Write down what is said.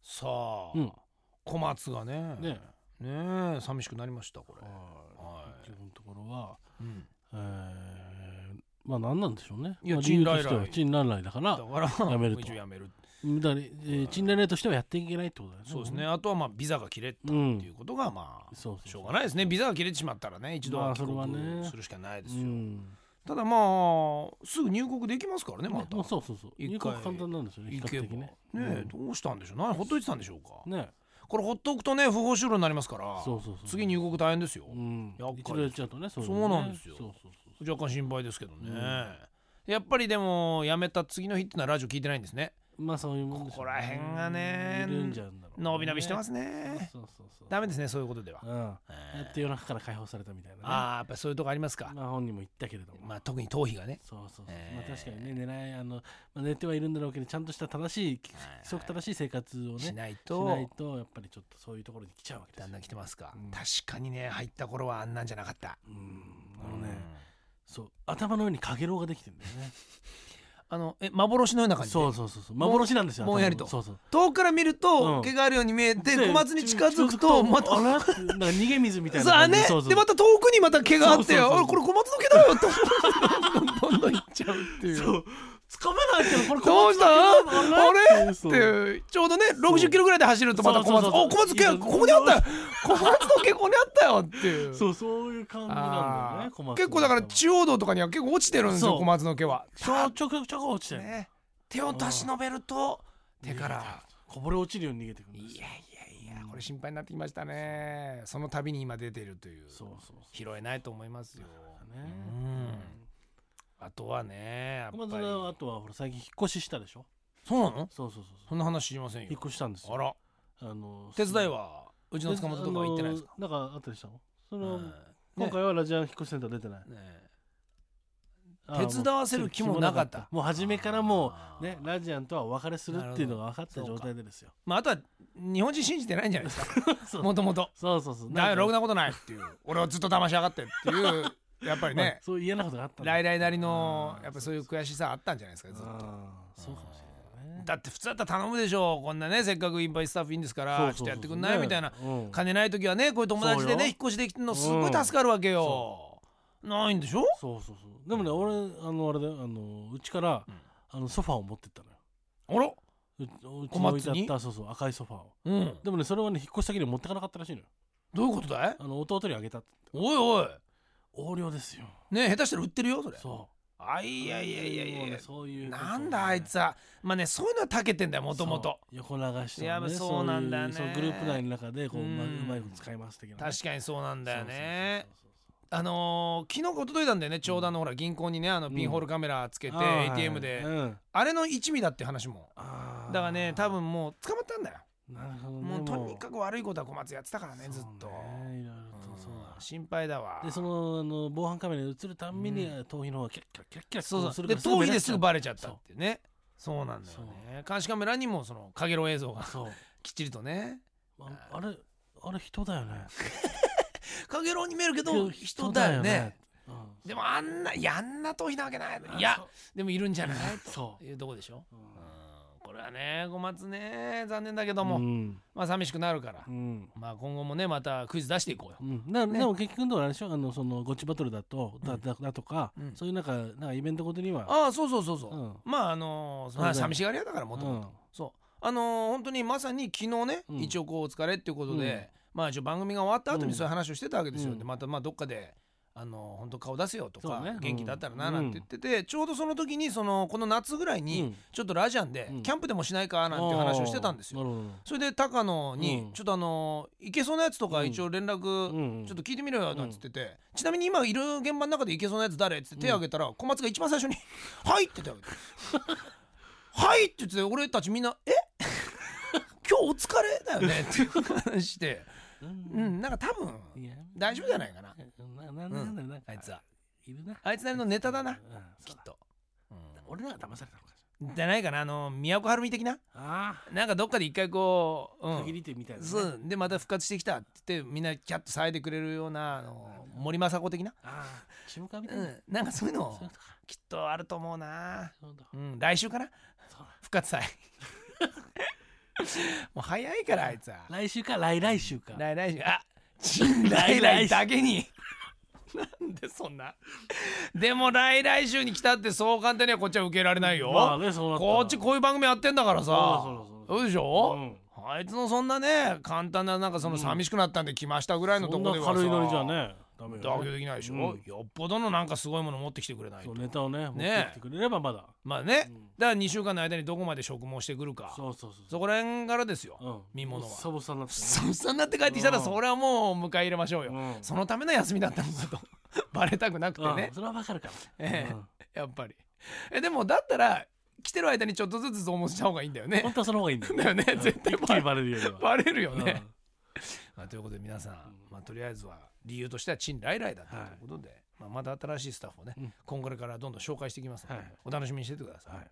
さあ、うん小松がねねねえ寂しくなりましたこれ、ははいい自分のところはうん、えーまあ何なんでしょうねいやまあチンライライ理由としてはチンライライだからだからやめるもうと一応やめるだからえーチンライライとしてはやっていけないってことだよねそうですねあとはまあビザが切れたうっていんうことがまあそうそうしょうがないですねビザが切れてしまったらね一度まはあ帰それはね国するしかないですうよ、んただまあすぐ入国できますからねまねたもうそうそうそう一回入国簡単なんですよね比行較けば的ねねえ、どうしたんでしょう何ほっといてたんでしょうか、ねこれほっとくとね不法就労になりますからそうそうそう次入国大変ですよ、うん厄介です一度やっちゃうとねそういそうのねなんですよそうそうそう若干心配ですけどね、うんやっぱりでも辞めた次の日ってのはラジオ聞いてないんですねまあそういうもんですよねここら辺がね緩んじゃうんだろうね伸び伸びしてますねそうそうそうダメですねそういうことでは、うんやえっーて夜中から解放されたみたいなねああやっぱりそういうとこありますか、まあ本人も言ったけれどもまあ特に頭皮がねそうそうそう、えーまあ確かにね狙いあの、まあ、寝てはいるんだろうけどちゃんとした正しい規則正しい生活をねししないとないとやっぱりちょっとそういうところに来ちゃうわけでだすんよだん来てますか、うん確かにね入った頃はあんなんじゃなかったうんあのね、そう頭の上にかげろうができてるんだよねあのえ幻のような感じでそうそうそうそう幻なんですよぼん頭のやりとそうそう遠くから見ると、うん毛があるように見えて小松に近づくちとょっまたあれなんか逃げ水みたいなさあ感じねそうそうでまた遠くにまた毛があってそうそうそうあこれ小松の毛だよと どんどんどんどんいっちゃうっていうそう掴めないけどこれどうしたあれっってていうちょうどね60キロぐらいで走るとまた小松そうそうそうお小松毛ここにあったよ小松の毛ここにあったよっていうそうそういう感じなんだよあねー小松結構だから中央道とかには結構落ちてるんですよそう小松の毛はちょちょちょこ落ちてるね手を差し伸べると手からこぼれ落ちるように逃げてくるんでいすやよいやいやこれ心配になってきましたねその度に今出てるというそうそうそう拾えないと思いますよねうんあとはねやっ小松ぱりはあとはほら最近引っ越ししたでしょそうなのそうそうそうそそんな話知りませんう引っよ越したんですあよらあの手伝いははうちの塚本とかは行ってないですかなんかあったりしたのそうんのね今回はラジアン引っ越しセンター出てないねあー手伝わせる気もなかったもう初めからもあーうねラジアンとはお別れするっていうのが分かった状態でですよまああとは日本人信じてないんじゃないです かそうもともと そうそうそうだろくななことないっていう俺をずっと騙しやがってって いうやっぱりんかまあねそういう嫌なことがあったんだ来来なりのあーやっぱそういう悔しさあったんじゃないですかずっとあーそうかもしれないねだって普通だったら頼むでしょうこんなねせっかくいっぱいスタッフいいんですからちょっとやってくんないみたいな金ない時はねこういう友達でそうねよ引っ越しできるのすごい助かるわけよないんでしょそうそうそうでもね俺あのあれだよあのうちからうんあのソファーを持ってったのよあらううち小に松置にいてあったそうそう赤いソファーをうんでもねそれはね引っ越し先に持ってかなかったらしいのよどういうことだいあの弟にあげたっておいおい横領ですよね下手したら売ってるよそれそあいういいやいやいやいやそういうことなんだあいつはまあねそういうのはたけてんだよもともとそう横流しといやかねそうなんだよねそういうそうグループ内の中でこううまううんまいこと使います的なね確かにそうなんだよねそうそうそうそうあのー昨日おとといなんだよねちょうどあのほら銀行にねあのピンホールカメラつけてあーはい ATM でうんあれの一味だっていう話もあーだからね多分もう捕まったんだよなるほどねもうとにかくく悪いことは小松やってたからねずっといろいろうんとそうだ心配だわでそのあの防犯カメラに映るたんびに、う頭皮の方がキラッキラッキラッキラッそうすそうでるから頭目皮立でっちすゃうぐバレちゃったっていうねそうなんだよね監視カメラにもそのかげろう映像がそうきっちりとねああれあれ人だよねかげろうに見えるけど人だよね、人だよねでもあんなやんな頭皮なわけないうんいやでもいるんじゃないそというとこでしょう、うんこれはね小松ね残念だけどうもんまあ寂しくなるからうんまあ今後もねまたクイズ出していこうようん、だねでも結局のところあれでしょあのそのゴチバトルだとだうんだだとか、うんそういうなんかなんかイベントごとにはああそうそうそうそううんまああのーそうだまよあ寂しがり屋だからもともとそうあのー本当にまさに昨日ね、うん一応こうお疲れっていうことで、まあ一応番組が終わった後にそういう話をしてたわけですよ、うんでまたまあどっかであのー本当顔出せよとか、そうね元気だったらなうんなんて言ってて、ちょうどその時にそのこの夏ぐらいうんにちょっとラジアンでうんキャンプでもしないかなんていう話をしてたんですよ、あーなるほそれで高野うにんちょっとあのー行けそうなやつとか一応連絡、ど、うんうん、ちょっと聞いてみろよなんつってて、ちなみに今いる現場の中でいけそうなやつ誰っつって手挙げたら、小松が一番最初に 「はい」って手挙げて「はい」って言って俺たちみんな「え 今日お疲れだよね」っていう話してううんんなんか多分いや大丈夫じゃないかなななんだよな、なんかあいつは。いるなあいつなりのネタだうなんきっと。う俺らが騙されたのかしんじゃないかなあの宮古晴美的ならあなんかどっかで一回こう、うあ、ん区切り手みたいな、ね、そうでまた復活してきたって言ってみんなキャッと騒いでくれるようなあの森昌子的な、ああちむかみたういな、ん、なんかそういうのそうをいうことかきっとあると思うなそうだ うん来週かなそうだ復活祭もう早いからあいつは来週か来来週か来来週あ新来来だけになんでそんなでも来来週に来たってそう簡単にはこっちは受け入れられないよ、まあねそうなったらこっちこういう番組やってんだからさそうそうそうそうでしうょ、んあいつのそんなね簡単ななんかその寂しくなったんで来ましたぐらいのとそんころでなはさ軽いノリじゃねダメ妥よ、協ね、できないでしょ、うんよっぽどのなんかすごいもの持ってきてくれないそとうネタをね持ってきてくれればまだ、まあね、うんだから2週間の間にどこまで植毛してくるかそそうそうそうこら辺からですよ、う、うん、見物はサボさんなってねそうさになって帰ってきたらうんそれはもう迎え入れましょうよ、うんそのための休みだったんだと バレたくなくてうんね、それはわかるから、ええうんやっぱりえでもだったら来てる間にちょっとずつ増毛した方がいいんだよね本当はその方がいいんだよだよねう ん絶対一気バレにバレるよりはバレるようんね、まあ、ということで皆さん、まあ、とりあえずは理由としてはチンライライだったということで、まあ、また新しいスタッフをね、うん今後からどんどん紹介していきますので、はいお楽しみにしててください、はい